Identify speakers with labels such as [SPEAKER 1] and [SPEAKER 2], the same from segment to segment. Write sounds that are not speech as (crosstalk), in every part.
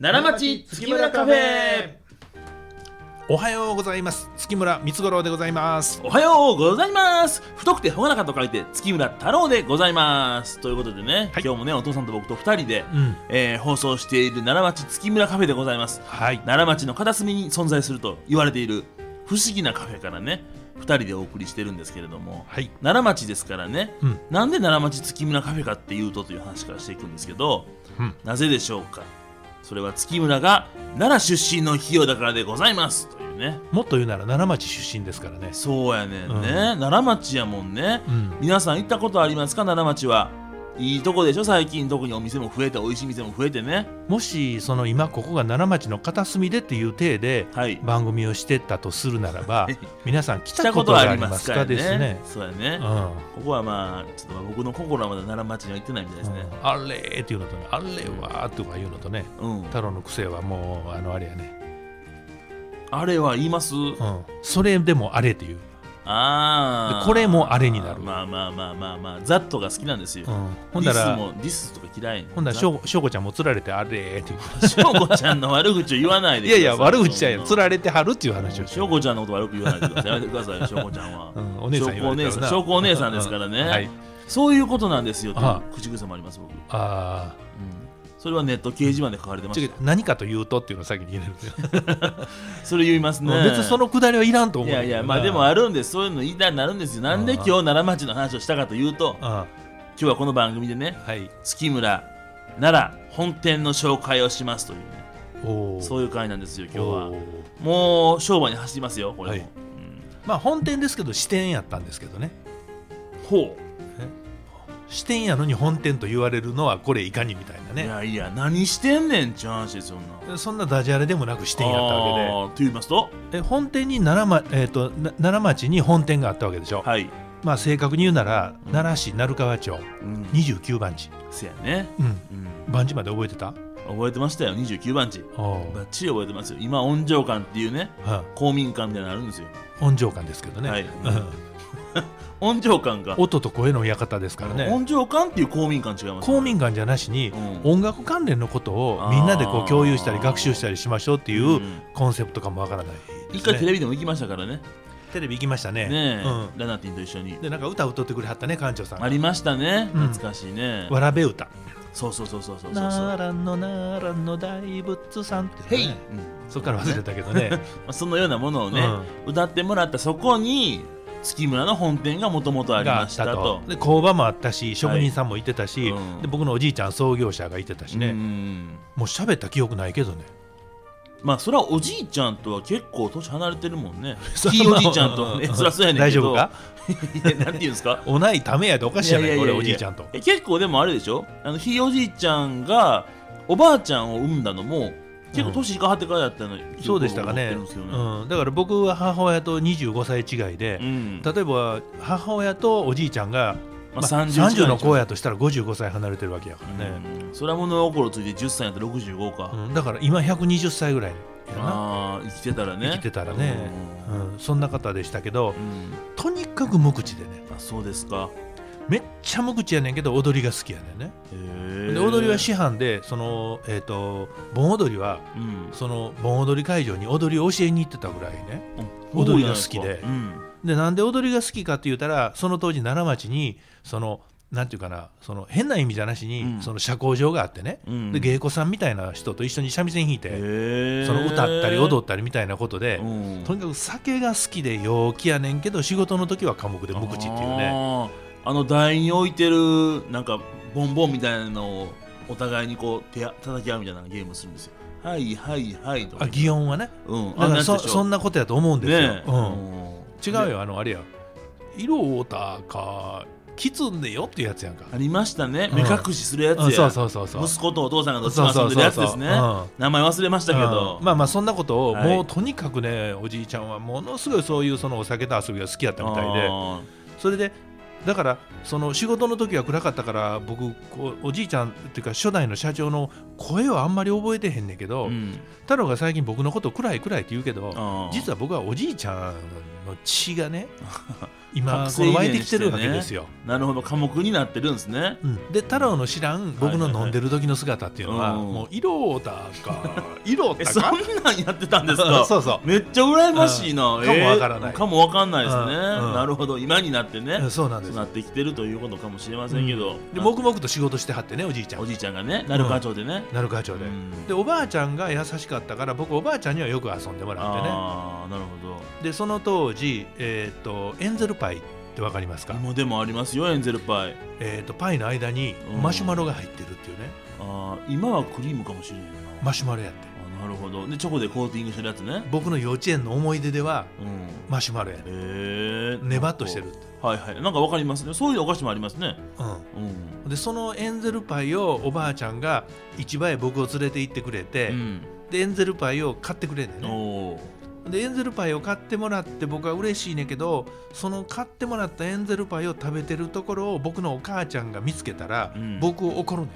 [SPEAKER 1] 奈良町月村カフェ
[SPEAKER 2] おはようございます月村光五郎でございます
[SPEAKER 1] おはようございます太くてほがらかと書いて月村太郎でございますということでね、
[SPEAKER 2] はい
[SPEAKER 1] 今日もねお父さんと僕と2人で、
[SPEAKER 2] うん
[SPEAKER 1] えー放送している奈良町月村カフェでございます
[SPEAKER 2] はい
[SPEAKER 1] 奈良町の片隅に存在すると言われている不思議なカフェからね2人でお送りしてるんですけれども
[SPEAKER 2] はい
[SPEAKER 1] 奈良町ですからね、
[SPEAKER 2] うん
[SPEAKER 1] なんで奈良町月村カフェかっていうとという話からしていくんですけど
[SPEAKER 2] うん
[SPEAKER 1] なぜでしょうかそれは月村が奈良出身の費用だからでございますというね
[SPEAKER 2] もっと言うなら奈良町出身ですからね
[SPEAKER 1] そうやねんね、
[SPEAKER 2] うん
[SPEAKER 1] 奈良町やもんね、
[SPEAKER 2] うん
[SPEAKER 1] 皆さん行ったことありますか奈良町はいいとこでしょ最近特にお店も増えて美味しい店も増えてね
[SPEAKER 2] もしその今ここが奈良町の片隅でっていう体で
[SPEAKER 1] はい
[SPEAKER 2] 番組をしてたとするなら
[SPEAKER 1] (laughs)
[SPEAKER 2] ば皆さん来
[SPEAKER 1] 来
[SPEAKER 2] た
[SPEAKER 1] たこ
[SPEAKER 2] こ
[SPEAKER 1] とと
[SPEAKER 2] が
[SPEAKER 1] は
[SPEAKER 2] あ
[SPEAKER 1] あ
[SPEAKER 2] り
[SPEAKER 1] り
[SPEAKER 2] ま
[SPEAKER 1] ますす
[SPEAKER 2] か
[SPEAKER 1] からね
[SPEAKER 2] ですね
[SPEAKER 1] そうやね、
[SPEAKER 2] うん、うん
[SPEAKER 1] ここはまあちょっとまあ僕の心はまだ奈良町には行ってないみたいですね
[SPEAKER 2] あれーっていうのとねあれはーとかいうのとね
[SPEAKER 1] うん、
[SPEAKER 2] 太郎の癖はもうあのあれやね、
[SPEAKER 1] あれは言います、
[SPEAKER 2] うん、それでもあれっていう、
[SPEAKER 1] ああ
[SPEAKER 2] でこれもあれになる
[SPEAKER 1] まあまあまあまあまあザットが好きなんですよ、
[SPEAKER 2] うん、ほ
[SPEAKER 1] ほ
[SPEAKER 2] ん
[SPEAKER 1] んだ
[SPEAKER 2] だ
[SPEAKER 1] らディス
[SPEAKER 2] ら
[SPEAKER 1] もディスとか嫌い
[SPEAKER 2] ほんだらし
[SPEAKER 1] しょ
[SPEAKER 2] ょうしょうこちゃんも釣られてあれーっていう (laughs)
[SPEAKER 1] うこちゃんの悪口を言わないで
[SPEAKER 2] い
[SPEAKER 1] くだ
[SPEAKER 2] や
[SPEAKER 1] さ
[SPEAKER 2] いや、悪口じゃん
[SPEAKER 1] そんな
[SPEAKER 2] 釣られてはるっていう話をして
[SPEAKER 1] しょうこちゃんのこと悪く言わないでください。やめてください
[SPEAKER 2] (laughs)
[SPEAKER 1] よ、しょうこちゃんは。
[SPEAKER 2] うんお姉さ
[SPEAKER 1] しょう
[SPEAKER 2] ん言
[SPEAKER 1] こ
[SPEAKER 2] わ
[SPEAKER 1] お
[SPEAKER 2] れ
[SPEAKER 1] 姉
[SPEAKER 2] た
[SPEAKER 1] さ
[SPEAKER 2] ら
[SPEAKER 1] ん、
[SPEAKER 2] な
[SPEAKER 1] しょうこお姉さんですからね。
[SPEAKER 2] はい
[SPEAKER 1] そういうことなんですよ。
[SPEAKER 2] あ
[SPEAKER 1] 口癖もあります、僕、うん。
[SPEAKER 2] あ
[SPEAKER 1] それはネット掲示板で書かれてま
[SPEAKER 2] あ、違
[SPEAKER 1] し
[SPEAKER 2] う何かというとっていうのを先に言えるんですよ。
[SPEAKER 1] (laughs) た。それ言いますね。
[SPEAKER 2] 別にそのくだりはいらんと思。
[SPEAKER 1] いうやいや、まあでもあるんです、そういうの言いたいになるんですよ。なんで今日奈良町の話をしたかというと、今
[SPEAKER 2] あ
[SPEAKER 1] 日はこの番組でね
[SPEAKER 2] あ、、はい。
[SPEAKER 1] 月村奈良本店の紹介をしますというね、
[SPEAKER 2] おお。
[SPEAKER 1] そう
[SPEAKER 2] いう
[SPEAKER 1] いう回なんですよ、今日
[SPEAKER 2] お
[SPEAKER 1] は。
[SPEAKER 2] ー
[SPEAKER 1] もう商売に走りますよ、これも。
[SPEAKER 2] はいまあ本店ですけど、支店やったんですけどね。
[SPEAKER 1] うんほう。
[SPEAKER 2] 支店やのに本店と言われるのはこれいかにみたいないね。
[SPEAKER 1] やいや、何してんねんって話ですよ、そんな。
[SPEAKER 2] そんなダジャレでもなく支店やったわ
[SPEAKER 1] あーと言いますと、
[SPEAKER 2] けで。え本店に奈良,、まえー、とな奈良町に本店があったわけでしょ。
[SPEAKER 1] はい、
[SPEAKER 2] まあ正確に言うなら、
[SPEAKER 1] うん
[SPEAKER 2] 奈良市鳴川町
[SPEAKER 1] うん、
[SPEAKER 2] 29番地。
[SPEAKER 1] せやね、
[SPEAKER 2] うん。
[SPEAKER 1] うん、
[SPEAKER 2] 番地まで覚えてた
[SPEAKER 1] 覚えてましたよ、29番地。
[SPEAKER 2] おお
[SPEAKER 1] ばっちり覚えてますよ。今、温情館っていうね、
[SPEAKER 2] は
[SPEAKER 1] 公民館みたいなのあるんですよ。
[SPEAKER 2] い温情感ですけどね。
[SPEAKER 1] はい
[SPEAKER 2] うん
[SPEAKER 1] (laughs) 温情館か。
[SPEAKER 2] 音と声の館ですからね
[SPEAKER 1] 温情館っていう公民館違います、
[SPEAKER 2] 公民館じゃなしに
[SPEAKER 1] うん
[SPEAKER 2] 音楽関連のことを
[SPEAKER 1] あー
[SPEAKER 2] みんなでこう共有したり学習したりしましょうっていうんコンセプトかもわからないですね
[SPEAKER 1] 一回テレビでも行きましたからね、
[SPEAKER 2] テレビ行きましたね
[SPEAKER 1] ねえ、
[SPEAKER 2] う
[SPEAKER 1] ラナティンと一緒に
[SPEAKER 2] ん、。でなんか歌歌ってくれはったね館長さん
[SPEAKER 1] あ
[SPEAKER 2] が
[SPEAKER 1] りましたね、
[SPEAKER 2] うん
[SPEAKER 1] 懐かしいね。
[SPEAKER 2] わらべ歌
[SPEAKER 1] そうそうそうそうそうそうそう。
[SPEAKER 2] 奈良の奈良の大仏さんって
[SPEAKER 1] ヘイ、
[SPEAKER 2] ね
[SPEAKER 1] うん
[SPEAKER 2] そっから忘れたけ
[SPEAKER 1] (laughs)
[SPEAKER 2] どね
[SPEAKER 1] まあ、そのようなものをね、歌ってもらったそこに月村の本店がもともとあり
[SPEAKER 2] があ
[SPEAKER 1] ま
[SPEAKER 2] っ
[SPEAKER 1] した
[SPEAKER 2] た
[SPEAKER 1] と
[SPEAKER 2] と。で工場もあったし職人さんもいてたし、
[SPEAKER 1] うん
[SPEAKER 2] で僕のおじいちゃん創業者がいてたしね、
[SPEAKER 1] う
[SPEAKER 2] も
[SPEAKER 1] ん
[SPEAKER 2] う喋った記憶ないけどね
[SPEAKER 1] まあそれはおじいちゃんとは結構年離れてるもんね
[SPEAKER 2] (laughs) 。そ
[SPEAKER 1] ひい
[SPEAKER 2] れは
[SPEAKER 1] おじいちゃんと
[SPEAKER 2] (laughs)
[SPEAKER 1] はね、そりゃそうやねん
[SPEAKER 2] 大
[SPEAKER 1] け
[SPEAKER 2] 丈
[SPEAKER 1] ど。
[SPEAKER 2] 夫か
[SPEAKER 1] (laughs) いやなんていうんですか
[SPEAKER 2] おないためやでおかしいじゃな
[SPEAKER 1] い
[SPEAKER 2] い
[SPEAKER 1] やいやいやいや
[SPEAKER 2] 俺おじいちゃんと
[SPEAKER 1] え結構でもあれでしょあのひいおじいちゃんがおばあちゃんを産んだのも結構年いかはってからだったの、
[SPEAKER 2] そうでしたかね
[SPEAKER 1] 記憶を持ってるんですよね
[SPEAKER 2] うん、だから僕は母親と25歳違いで
[SPEAKER 1] う、ん
[SPEAKER 2] 例えば母親とおじいちゃんが、
[SPEAKER 1] まあ、
[SPEAKER 2] まあ
[SPEAKER 1] 30,
[SPEAKER 2] 30の子
[SPEAKER 1] や
[SPEAKER 2] やとしたら55歳離れてるわけやからね、
[SPEAKER 1] それは物心ついて10歳やったら65か、
[SPEAKER 2] うんだから今120歳ぐらいやな、
[SPEAKER 1] ああ生きてたらね
[SPEAKER 2] 生きてたらね
[SPEAKER 1] うん
[SPEAKER 2] うん、そんな方でしたけど
[SPEAKER 1] うん
[SPEAKER 2] とにかく無口でね
[SPEAKER 1] あそうですか
[SPEAKER 2] めっちゃ無口やねんけど踊りが好きやねんね
[SPEAKER 1] へえ
[SPEAKER 2] で踊りは師範でその、えー、と盆踊りは
[SPEAKER 1] うん
[SPEAKER 2] その盆踊り会場に踊りを教えに行ってたぐらいね踊りが好きで
[SPEAKER 1] うん
[SPEAKER 2] でなんで踊りが好きかって言ったらその当時奈良町にそのなんていうかなその変な意味じゃなしに、
[SPEAKER 1] うん
[SPEAKER 2] その社交場があってね、
[SPEAKER 1] うん
[SPEAKER 2] で芸妓さんみたいな人と一緒に三味線弾いて、
[SPEAKER 1] へー
[SPEAKER 2] その歌ったり踊ったりみたいなことで、
[SPEAKER 1] うん
[SPEAKER 2] とにかく酒が好きで陽気やねんけど仕事の時は寡黙で無口っていうね
[SPEAKER 1] あーあの台に置いてるなんかボンボンみたいなのをお互いにこう手あ叩き合うみたいなゲームするんですよはいはいはいと
[SPEAKER 2] あ擬音はね
[SPEAKER 1] うん
[SPEAKER 2] だ
[SPEAKER 1] あん
[SPEAKER 2] か
[SPEAKER 1] な
[SPEAKER 2] ら
[SPEAKER 1] やつで
[SPEAKER 2] そ
[SPEAKER 1] しょ
[SPEAKER 2] そんなことやと思うんですよ、
[SPEAKER 1] ねえ
[SPEAKER 2] うん、違
[SPEAKER 1] ん
[SPEAKER 2] うよあのあれや色をたかきつんでよっていうやつやんか
[SPEAKER 1] ありましたね
[SPEAKER 2] うん
[SPEAKER 1] 目隠しするやつや
[SPEAKER 2] うんそうそうそうそう
[SPEAKER 1] 息子とお父さんがどっち
[SPEAKER 2] そ
[SPEAKER 1] も
[SPEAKER 2] うそ
[SPEAKER 1] 遊ん
[SPEAKER 2] う
[SPEAKER 1] でる
[SPEAKER 2] そう
[SPEAKER 1] やつ
[SPEAKER 2] そう
[SPEAKER 1] ですね
[SPEAKER 2] うん
[SPEAKER 1] 名前忘れましたけど
[SPEAKER 2] うんまあまあそんなことを、
[SPEAKER 1] はい
[SPEAKER 2] もうとにかくねおじいちゃんはものすごいそういうそのお酒と遊びが好きやったみたいで
[SPEAKER 1] あ
[SPEAKER 2] それでだからその仕事の時は暗かったから僕こうおじいちゃんっていうか初代の社長の声はあんまり覚えてへんねんけど、
[SPEAKER 1] うん
[SPEAKER 2] 太郎が最近僕のこと暗い暗いって言うけど
[SPEAKER 1] あー
[SPEAKER 2] 実は僕はおじいちゃんの血が
[SPEAKER 1] (laughs)
[SPEAKER 2] ね今
[SPEAKER 1] 覚醒
[SPEAKER 2] こう
[SPEAKER 1] 遺伝
[SPEAKER 2] 湧いてきてるわけですよ、
[SPEAKER 1] なるほど科目になってるんですね
[SPEAKER 2] うんで太郎の知らん僕の飲んでる時の姿っていうのは,、
[SPEAKER 1] はいはいはいうん
[SPEAKER 2] もう色だか色
[SPEAKER 1] え
[SPEAKER 2] だ
[SPEAKER 1] そん
[SPEAKER 2] か
[SPEAKER 1] なんやってたんですか
[SPEAKER 2] そうそう
[SPEAKER 1] めっちゃ羨ましいな、
[SPEAKER 2] うんかもわからない
[SPEAKER 1] えーかもわかんないですね、
[SPEAKER 2] うんうん
[SPEAKER 1] なるほど今になってね、
[SPEAKER 2] うんそうなんで
[SPEAKER 1] そう
[SPEAKER 2] す
[SPEAKER 1] なってきてるということかもしれませんけど、な
[SPEAKER 2] で
[SPEAKER 1] ん
[SPEAKER 2] 黙々と仕事してはってねおじいちゃ
[SPEAKER 1] お
[SPEAKER 2] ん
[SPEAKER 1] じいちゃんがねなる課長でね、
[SPEAKER 2] 鳴川町で、
[SPEAKER 1] うん
[SPEAKER 2] でおばあちゃんが優しかったから僕おばあちゃんにはよく遊んでもらってね
[SPEAKER 1] ああなるほど
[SPEAKER 2] でその当時、えー、とエンゼルパイって分かりますか、
[SPEAKER 1] 今でもありますよエンゼルパイ
[SPEAKER 2] えー、とパイの間に
[SPEAKER 1] うん
[SPEAKER 2] マシュマロが入ってるっていうね、
[SPEAKER 1] あー今はクリームかもしれないな、
[SPEAKER 2] マシュマロやって
[SPEAKER 1] あなるほどでチョコでコーティングしてるやつね
[SPEAKER 2] 僕の幼稚園の思い出では
[SPEAKER 1] うん
[SPEAKER 2] マシュマロやね
[SPEAKER 1] えー、
[SPEAKER 2] ネバっとしてるって、
[SPEAKER 1] はいはいなんかわかりますねそういうお菓子もありますね
[SPEAKER 2] う
[SPEAKER 1] うん、
[SPEAKER 2] ん、でそのエンゼルパイをおばあちゃんが市場へ僕を連れて行ってくれて、でエンゼルパイを買ってくれんねん
[SPEAKER 1] うん、
[SPEAKER 2] ね
[SPEAKER 1] おー
[SPEAKER 2] でエンゼルパイを買ってもらって僕は嬉しいねんけどその買ってもらったエンゼルパイを食べてるところを僕のお母ちゃんが見つけたら、
[SPEAKER 1] うん
[SPEAKER 2] 僕を怒るねん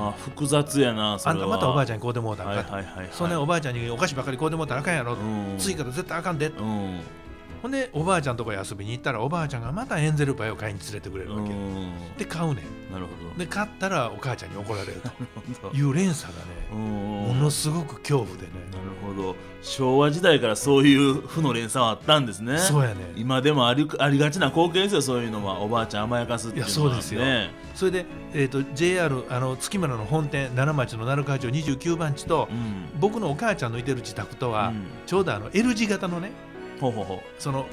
[SPEAKER 1] あー複雑やなそ
[SPEAKER 2] あん
[SPEAKER 1] れは
[SPEAKER 2] たまたおばあ
[SPEAKER 1] ち
[SPEAKER 2] ちゃんにこうでもうたんか
[SPEAKER 1] は
[SPEAKER 2] っ
[SPEAKER 1] い
[SPEAKER 2] て、
[SPEAKER 1] はいはい、はい、
[SPEAKER 2] そんなおばあちゃんにお菓子ばかりこうでもうたらあかんやろ、
[SPEAKER 1] うん
[SPEAKER 2] 追加で絶対あかんで、
[SPEAKER 1] うん
[SPEAKER 2] ほんでおばあちゃんとこへ遊びに行ったらおばあちゃんがまたエンゼルパイを買いに連れてくれる
[SPEAKER 1] う
[SPEAKER 2] わけ、
[SPEAKER 1] ん
[SPEAKER 2] で買うね
[SPEAKER 1] なるほ
[SPEAKER 2] んで買ったらお母ちゃんに怒られると
[SPEAKER 1] ど
[SPEAKER 2] いう連鎖が
[SPEAKER 1] う
[SPEAKER 2] ね、
[SPEAKER 1] ん
[SPEAKER 2] ものすごく恐怖でね、
[SPEAKER 1] なるほど昭和時代からそういう負の連鎖はあったんですね
[SPEAKER 2] そうやね
[SPEAKER 1] 今でもありありがちな光景ですよそういうのはおばあちゃん甘やかすっていうのは、ね、
[SPEAKER 2] いやそうですよそれで、えー、と JR あの月村の本店奈良町の鳴川町29番地と
[SPEAKER 1] う、ん
[SPEAKER 2] 僕のお母ちゃんのいてる自宅とは、
[SPEAKER 1] うん
[SPEAKER 2] ちょうどあの L 字型のね
[SPEAKER 1] ほうほうほ
[SPEAKER 2] その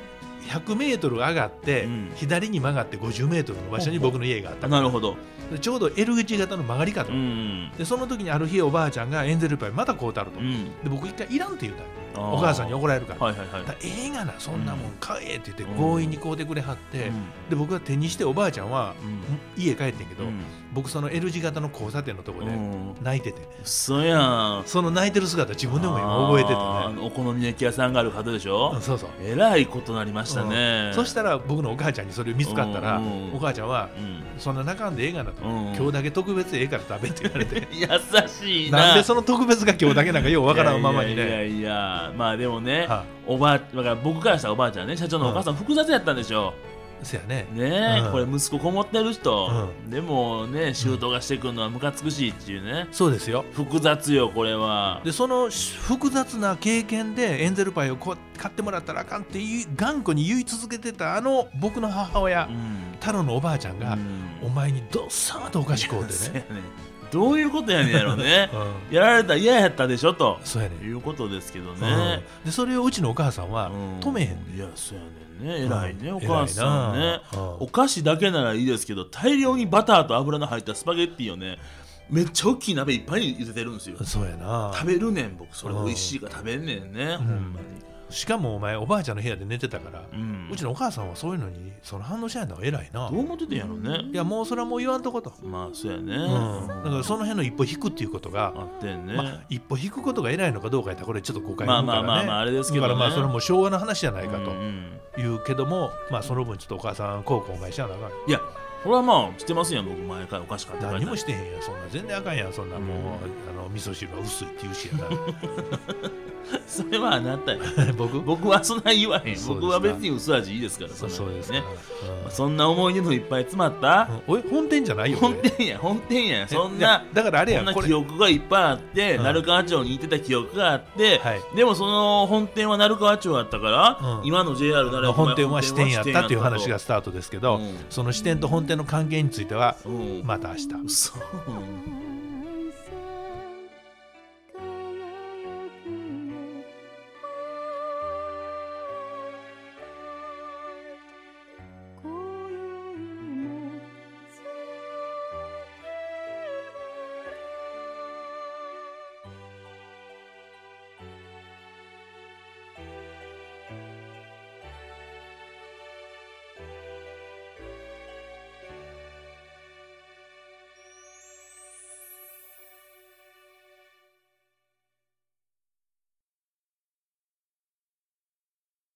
[SPEAKER 2] 100メートル上がって、
[SPEAKER 1] うん
[SPEAKER 2] 左に曲がって50メートルの場所に僕の家があった
[SPEAKER 1] うなるほど
[SPEAKER 2] でちょうど L 字型の曲がり方、
[SPEAKER 1] うん
[SPEAKER 2] でその時にある日おばあちゃんがエンゼルパイまたこうたると、
[SPEAKER 1] う
[SPEAKER 2] で
[SPEAKER 1] ん
[SPEAKER 2] 僕一回いらんって言うたの
[SPEAKER 1] あー
[SPEAKER 2] お母さんに怒られるから,、
[SPEAKER 1] はいはいはい
[SPEAKER 2] だからええがなそんなもん買えって言って
[SPEAKER 1] うん
[SPEAKER 2] 強引に買うてくれはって、
[SPEAKER 1] うん
[SPEAKER 2] で僕が手にしておばあちゃんは
[SPEAKER 1] うん
[SPEAKER 2] 家帰ってんけど、
[SPEAKER 1] うん
[SPEAKER 2] 僕その L 字型の交差点のとこで
[SPEAKER 1] うん
[SPEAKER 2] 泣いてて、
[SPEAKER 1] 嘘やん
[SPEAKER 2] その泣いてる姿自分でも今覚えて
[SPEAKER 1] あ
[SPEAKER 2] てね
[SPEAKER 1] ーお好み焼き屋さんがある方でし
[SPEAKER 2] う
[SPEAKER 1] ょ
[SPEAKER 2] んそうそう、
[SPEAKER 1] えらいことなりましたね
[SPEAKER 2] そしたら僕のお母ちゃんにそれ見つかったら、
[SPEAKER 1] うん
[SPEAKER 2] お母ちゃんは
[SPEAKER 1] うん
[SPEAKER 2] 「そんな泣かんでええがな」と、
[SPEAKER 1] うん
[SPEAKER 2] 今日だけ特別ええから食べ」って言われて
[SPEAKER 1] 優しい (laughs) な
[SPEAKER 2] なんでその特別が今日だけなんかようわからんままに
[SPEAKER 1] いやい
[SPEAKER 2] ね。
[SPEAKER 1] やいやまあでもね、
[SPEAKER 2] は
[SPEAKER 1] おばあだから僕からしたらおばあちゃんね社長のお母さん複雑やったんでしょ
[SPEAKER 2] いせやね
[SPEAKER 1] うねえ、
[SPEAKER 2] うん
[SPEAKER 1] これ息子こもってる人、でもね仕事がしてくるのはムカつくしいっていうね
[SPEAKER 2] そうですよ
[SPEAKER 1] 複雑よこれは
[SPEAKER 2] でその複雑な経験でエンゼルパイをこう買ってもらったらあかんって言い頑固に言い続けてたあの僕の母親、
[SPEAKER 1] うん
[SPEAKER 2] 太郎のおばあちゃんが、
[SPEAKER 1] うん
[SPEAKER 2] お前にどっさまとお菓子
[SPEAKER 1] (laughs)
[SPEAKER 2] 買うて
[SPEAKER 1] そうや
[SPEAKER 2] ね、
[SPEAKER 1] ねどういうことやねんやろね
[SPEAKER 2] うん、
[SPEAKER 1] やられたら嫌やったでしょと
[SPEAKER 2] そうやね
[SPEAKER 1] いうことですけど
[SPEAKER 2] うん
[SPEAKER 1] ね、
[SPEAKER 2] でそれをうちのお母さんは
[SPEAKER 1] うん
[SPEAKER 2] 止めへんねん
[SPEAKER 1] いやそうやねんね偉いね、
[SPEAKER 2] うん
[SPEAKER 1] お母さんね
[SPEAKER 2] 偉いなうん
[SPEAKER 1] お菓子だけならいいですけど大量にバターと油の入ったスパゲッティをねめっちゃ大きい鍋いっぱいに茹でてるんですよ
[SPEAKER 2] そうやな
[SPEAKER 1] 食べるねん僕それ美味しいから食べんねんね、
[SPEAKER 2] うん
[SPEAKER 1] ほんまに、
[SPEAKER 2] しかもお前おばあちゃんの部屋で寝てたから、
[SPEAKER 1] う、
[SPEAKER 2] うんちのお母さんはそういうのにその反応しないのは偉いな
[SPEAKER 1] どう思っててんやろね
[SPEAKER 2] いやもうそれはもう言わんとこと、
[SPEAKER 1] まあそうやね、
[SPEAKER 2] うん、だからその辺の一歩引くっていうことが、
[SPEAKER 1] あってんね、
[SPEAKER 2] まあ、一歩引くことが偉いのかどうかやったらこれちょっと誤解
[SPEAKER 1] まあ
[SPEAKER 2] 生むからね
[SPEAKER 1] まあまあまああれですけどね
[SPEAKER 2] だからまあそれはもう昭和の話じゃないか
[SPEAKER 1] うんうん
[SPEAKER 2] というけども、まあその分ちょっとお母さんこう今回しちゃうなあかん
[SPEAKER 1] いやこれはまあしてますやん僕毎回お菓子買って帰った
[SPEAKER 2] 何
[SPEAKER 1] り
[SPEAKER 2] もしてへんやんそんな全然あかんやんそんなもう、あの味噌汁は薄いって言うしやな
[SPEAKER 1] それはあなたや
[SPEAKER 2] (laughs)
[SPEAKER 1] (laughs)
[SPEAKER 2] 僕
[SPEAKER 1] 僕はそんな言わへん
[SPEAKER 2] そうですか
[SPEAKER 1] 僕は別に薄味いいですから
[SPEAKER 2] そう
[SPEAKER 1] の
[SPEAKER 2] そうですね、
[SPEAKER 1] まあそんな思い出のいっぱい詰まった、
[SPEAKER 2] うん、おい本店じゃないよこれ
[SPEAKER 1] 本店や本店やそん
[SPEAKER 2] いや
[SPEAKER 1] な
[SPEAKER 2] だからあれ
[SPEAKER 1] そ
[SPEAKER 2] や
[SPEAKER 1] んな
[SPEAKER 2] これ
[SPEAKER 1] 記憶がいっぱいあって、
[SPEAKER 2] うん
[SPEAKER 1] 鳴川町に行ってた記憶があって、
[SPEAKER 2] はい
[SPEAKER 1] でもその本店は鳴川町だったから、
[SPEAKER 2] うん
[SPEAKER 1] 今の JR 鳴
[SPEAKER 2] まあ
[SPEAKER 1] 川
[SPEAKER 2] 本店は支店やったという話が
[SPEAKER 1] 支
[SPEAKER 2] スタートですけ
[SPEAKER 1] 店
[SPEAKER 2] ど、
[SPEAKER 1] やったと
[SPEAKER 2] その支店と本店の関係については
[SPEAKER 1] うん、
[SPEAKER 2] また明日。
[SPEAKER 1] そう